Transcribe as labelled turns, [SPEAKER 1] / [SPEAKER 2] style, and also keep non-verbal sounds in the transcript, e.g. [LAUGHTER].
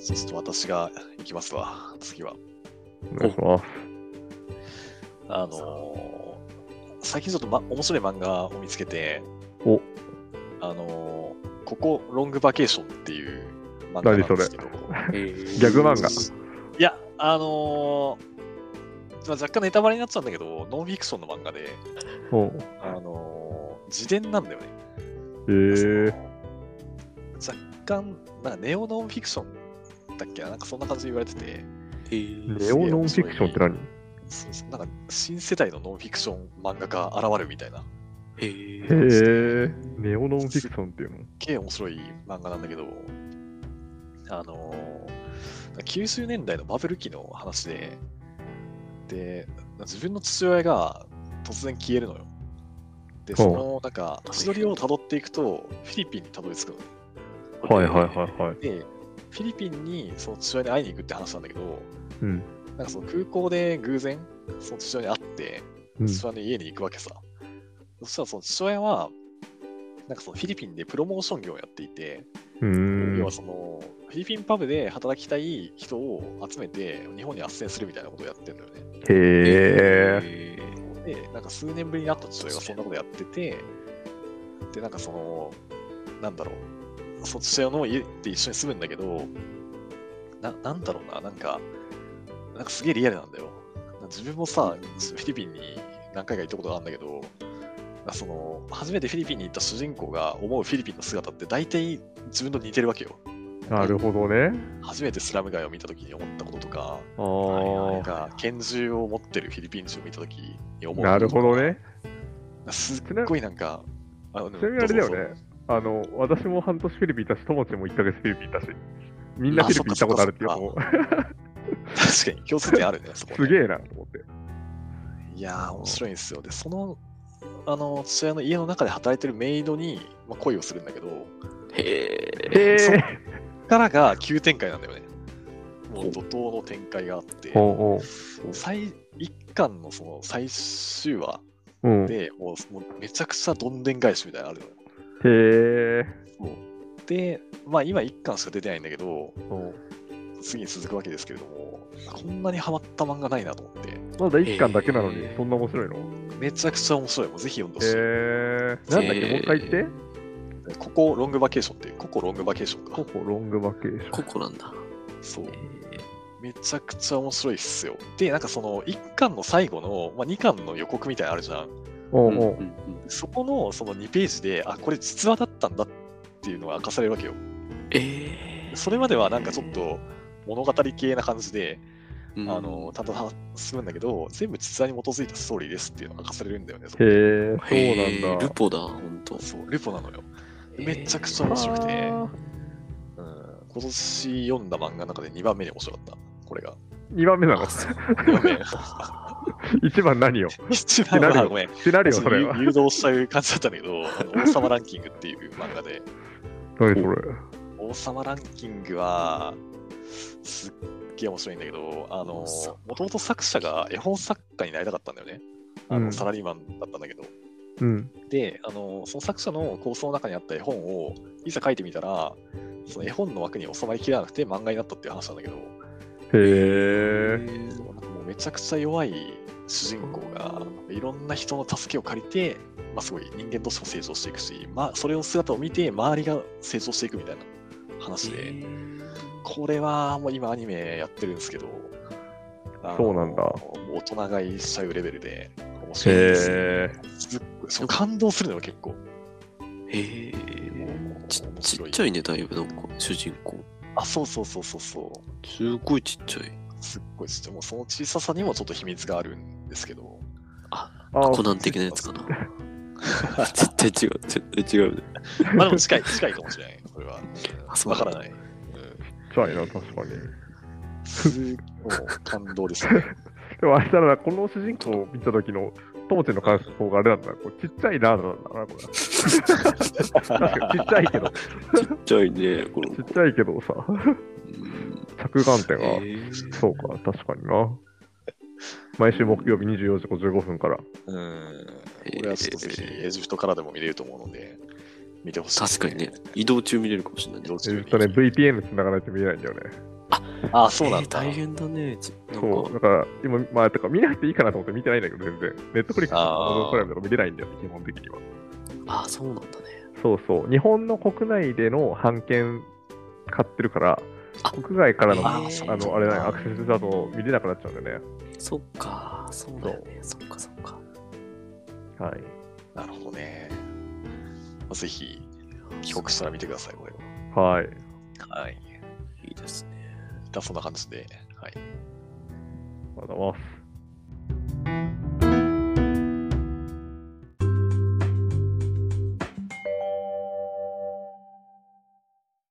[SPEAKER 1] そうすると私が行きますわ、次は。
[SPEAKER 2] お願いします。
[SPEAKER 1] あのー最近ちょっと、ま、面白い漫画を見つけて、
[SPEAKER 2] お
[SPEAKER 1] あのーここ、ロングバケーションっていう漫画なんですけど。
[SPEAKER 2] ギャグ漫画
[SPEAKER 1] いや、あのーまあ、若干ネタバレになっちゃうんだけど、ノンフィクションの漫画で、
[SPEAKER 2] おう
[SPEAKER 1] あのー自伝なんだよね。
[SPEAKER 2] えー、
[SPEAKER 1] その若干、なんかネオノンフィクションだっけななんかそんな感じで言われてて、
[SPEAKER 2] ネオノンフィクションって何
[SPEAKER 1] そうそうなんか新世代のノンフィクション漫画家現るみたいな、
[SPEAKER 2] へえ、ネオノンフィクションっていうの
[SPEAKER 1] すっげえ面白い漫画なんだけど、あのー、90年代のバブル期の話で、で、自分の父親が突然消えるのよ。で、
[SPEAKER 2] ほ
[SPEAKER 1] そうの、なんか、足取りを辿っていくと、フィリピンにたどり着くのね。
[SPEAKER 2] はいはいはいはい。
[SPEAKER 1] で、フィリピンにその父親に会いに行くって話なんだけど、
[SPEAKER 2] うん。
[SPEAKER 1] なんかその空港で偶然、その父親に会って、
[SPEAKER 2] うん、
[SPEAKER 1] 父親の家に行くわけさ。そしたらその父親は、なんかそのフィリピンでプロモーション業をやっていて、
[SPEAKER 2] うー
[SPEAKER 1] 要
[SPEAKER 2] ん
[SPEAKER 1] はそのフィリピンパブで働きたい人を集めて日本に斡旋するみたいなことをやってんだよね。
[SPEAKER 2] へえ。
[SPEAKER 1] で、なんか数年ぶりに会った父親がそんなことやってて、で、なんかその、なんだろう、その父親の家って一緒に住むんだけど、ななんだろうな、なんか、なんかすげえリアルなんだよ。自分もさ、フィリピンに何回か行ったことがあるんだけど、その初めてフィリピンに行った主人公が思うフィリピンの姿って大体自分と似てるわけよ。
[SPEAKER 2] なるほどね。
[SPEAKER 1] 初めてスラム街を見た時に思ったこととか、
[SPEAKER 2] あ
[SPEAKER 1] なん
[SPEAKER 2] ー
[SPEAKER 1] か拳銃を持ってるフィリピン人を見た時に思う
[SPEAKER 2] なるほど
[SPEAKER 1] ね。
[SPEAKER 2] ね。
[SPEAKER 1] すっごいなんか、あの
[SPEAKER 2] ちなみにあれだよ。
[SPEAKER 1] どうぞ
[SPEAKER 2] ね。あの、私も半年フィリピンいたし、友達も1ヶ月フィリピンいたし、みんなフィリピン行ったことあるっていう、
[SPEAKER 1] あそ
[SPEAKER 2] も
[SPEAKER 1] 確かに共通点あるね、そこ
[SPEAKER 2] う、
[SPEAKER 1] ね、
[SPEAKER 2] すげえなと思って。
[SPEAKER 1] いやー、面白いんですよ。で、その、あの、父親の家の中で働いてるメイドに、まあ、恋をするんだけど、
[SPEAKER 2] へ
[SPEAKER 1] そっ
[SPEAKER 2] え。
[SPEAKER 1] からが急展開なんだよね。もう怒涛の展開があって、
[SPEAKER 2] おう
[SPEAKER 1] 最一巻のその最終話
[SPEAKER 2] おう。うん。へ
[SPEAKER 1] でもうもうめちゃくちゃどんでん返しみたいなのあるのよ。
[SPEAKER 2] え。
[SPEAKER 1] で、まあ今1巻しか出てないんだけど、
[SPEAKER 2] おう
[SPEAKER 1] 次に続くわけですけれども、こんなにハマった漫画ないなと思って、
[SPEAKER 2] まだ1巻だけなのに、そんな面白いの
[SPEAKER 1] めちゃくちゃ面白い。もうぜひ読んでほしい。
[SPEAKER 2] へえ。なんだっけ、もう一回言って。
[SPEAKER 1] ここロングバケーションっていう、ここロングバケーション
[SPEAKER 2] コ
[SPEAKER 1] か。
[SPEAKER 2] コロングバケーション。
[SPEAKER 1] そう。めちゃくちゃ面白いっすよ。で、なんかその1巻の最後の、まあ、2巻の予告みたいなのあるじゃん。
[SPEAKER 2] おうおう。
[SPEAKER 1] そこのその2ページで、あ、これ実話だったんだっていうのが明かされるわけよ。それまではなんかちょっと物語系な感じで、あの、ただ進むんだけど、全部実話に基づいたストーリーですっていうのが明かされるんだよね。そこ
[SPEAKER 2] へえ、そうなんだ。
[SPEAKER 1] そう、ルポなのよ。めちゃくちゃ面白くて、うん、今年読んだ漫画の中で2番目に面白かった。これが。
[SPEAKER 2] 2番目なの。
[SPEAKER 1] ごめん
[SPEAKER 2] 一番何よ。
[SPEAKER 1] [LAUGHS] 一番はごめん。
[SPEAKER 2] シナリオ、
[SPEAKER 1] ちょっ
[SPEAKER 2] そ
[SPEAKER 1] と
[SPEAKER 2] れ
[SPEAKER 1] 誘
[SPEAKER 2] は。
[SPEAKER 1] 誘導しちゃう感じだったんだけど、あの王様ランキングっていう漫画で、
[SPEAKER 2] 何それ。
[SPEAKER 1] 王様ランキングは、すっげえ面白いんだけど、あの
[SPEAKER 3] 王様、
[SPEAKER 1] もともと作者が絵本作家になりたかったんだよね。あ
[SPEAKER 2] うん
[SPEAKER 1] の、サラリーマンだったんだけど。
[SPEAKER 2] うん。
[SPEAKER 1] で、あの、その作者の構想の中にあった絵本を、いざ書いてみたら、その絵本の枠に収まりきらなくて漫画になったっていう話なんだけど、
[SPEAKER 2] へえ。
[SPEAKER 1] そうなんかもうめちゃくちゃ弱い主人公がいろんな人の助けを借りて、まあ、すごい人間としても成長していくし、まあ、それの姿を見て周りが成長していくみたいな話で、これはもう今アニメやってるんですけどあの
[SPEAKER 2] そうなんだ
[SPEAKER 1] もう大人買いしちゃうレベルで面白いです、
[SPEAKER 2] へえ。
[SPEAKER 1] すっごいそう感動するのよ結構
[SPEAKER 3] ち
[SPEAKER 1] 面
[SPEAKER 3] ち
[SPEAKER 1] 白
[SPEAKER 3] っちゃいね、だいぶなんか、主人公。
[SPEAKER 1] あそうそうそうそうそう
[SPEAKER 3] すごいちっちゃい。
[SPEAKER 1] すっごいちっちゃいもうその小ささにもちょっと秘密があるんですけど
[SPEAKER 2] あ
[SPEAKER 3] コナン的なやつかな。 [LAUGHS] 絶対違う、絶対違うね。
[SPEAKER 1] まあでも近い近いかもしれないこれは
[SPEAKER 3] あそう
[SPEAKER 1] わ
[SPEAKER 3] な
[SPEAKER 1] か
[SPEAKER 3] んだ
[SPEAKER 1] らない、うん
[SPEAKER 2] ちっちゃいな、確かに。
[SPEAKER 1] すごい感動ですね。
[SPEAKER 3] [LAUGHS]
[SPEAKER 2] でもあれだな、この主人公を見た時の、ともちんの感想があれなんだな。こうちっちゃいな、なんだな、これ。確かにちっちゃいけど、ち
[SPEAKER 3] ちっちゃいね、この
[SPEAKER 2] っちゃいけどさ、着眼点が。そうか、確かにな。毎週木曜日24時55分から。
[SPEAKER 1] うん。
[SPEAKER 3] へ
[SPEAKER 1] これはちょっとぜひエジプトからでも見れると思うので、見てほしい、
[SPEAKER 3] 確かにね、移動中見れるかもしれない、ね
[SPEAKER 1] ど。う
[SPEAKER 2] え
[SPEAKER 1] 中
[SPEAKER 2] ー
[SPEAKER 1] に
[SPEAKER 2] っとね、VPN 繋がないと見えないんだよね。
[SPEAKER 1] ああ、そうなん
[SPEAKER 3] えー
[SPEAKER 1] だ。
[SPEAKER 3] 大変だね。ちなんか
[SPEAKER 2] そう、だから、今、まあ、だから見なくていいかなと思って見てないんだけど、全然。ネットフリックスと
[SPEAKER 1] あー
[SPEAKER 2] か Amazon プライムとか見れないんだよね、基本的には。
[SPEAKER 3] ああ、そうなんだね。
[SPEAKER 2] そうそう。日本の国内での版権買ってるから
[SPEAKER 3] あ、
[SPEAKER 2] 国外からの、
[SPEAKER 3] あ
[SPEAKER 2] あ
[SPEAKER 3] ーそうなんだ
[SPEAKER 2] の、あれだよアクセスだと見れなくなっちゃうんだよね。
[SPEAKER 3] そっか、そうだよね。そっか、そっか。
[SPEAKER 2] はい。
[SPEAKER 1] なるほどね。まあぜひ、帰国したら見てください、これを。
[SPEAKER 2] はい。
[SPEAKER 1] はい。
[SPEAKER 3] いいですね。
[SPEAKER 1] だそんな感じで。はい。
[SPEAKER 2] ありがとうございます。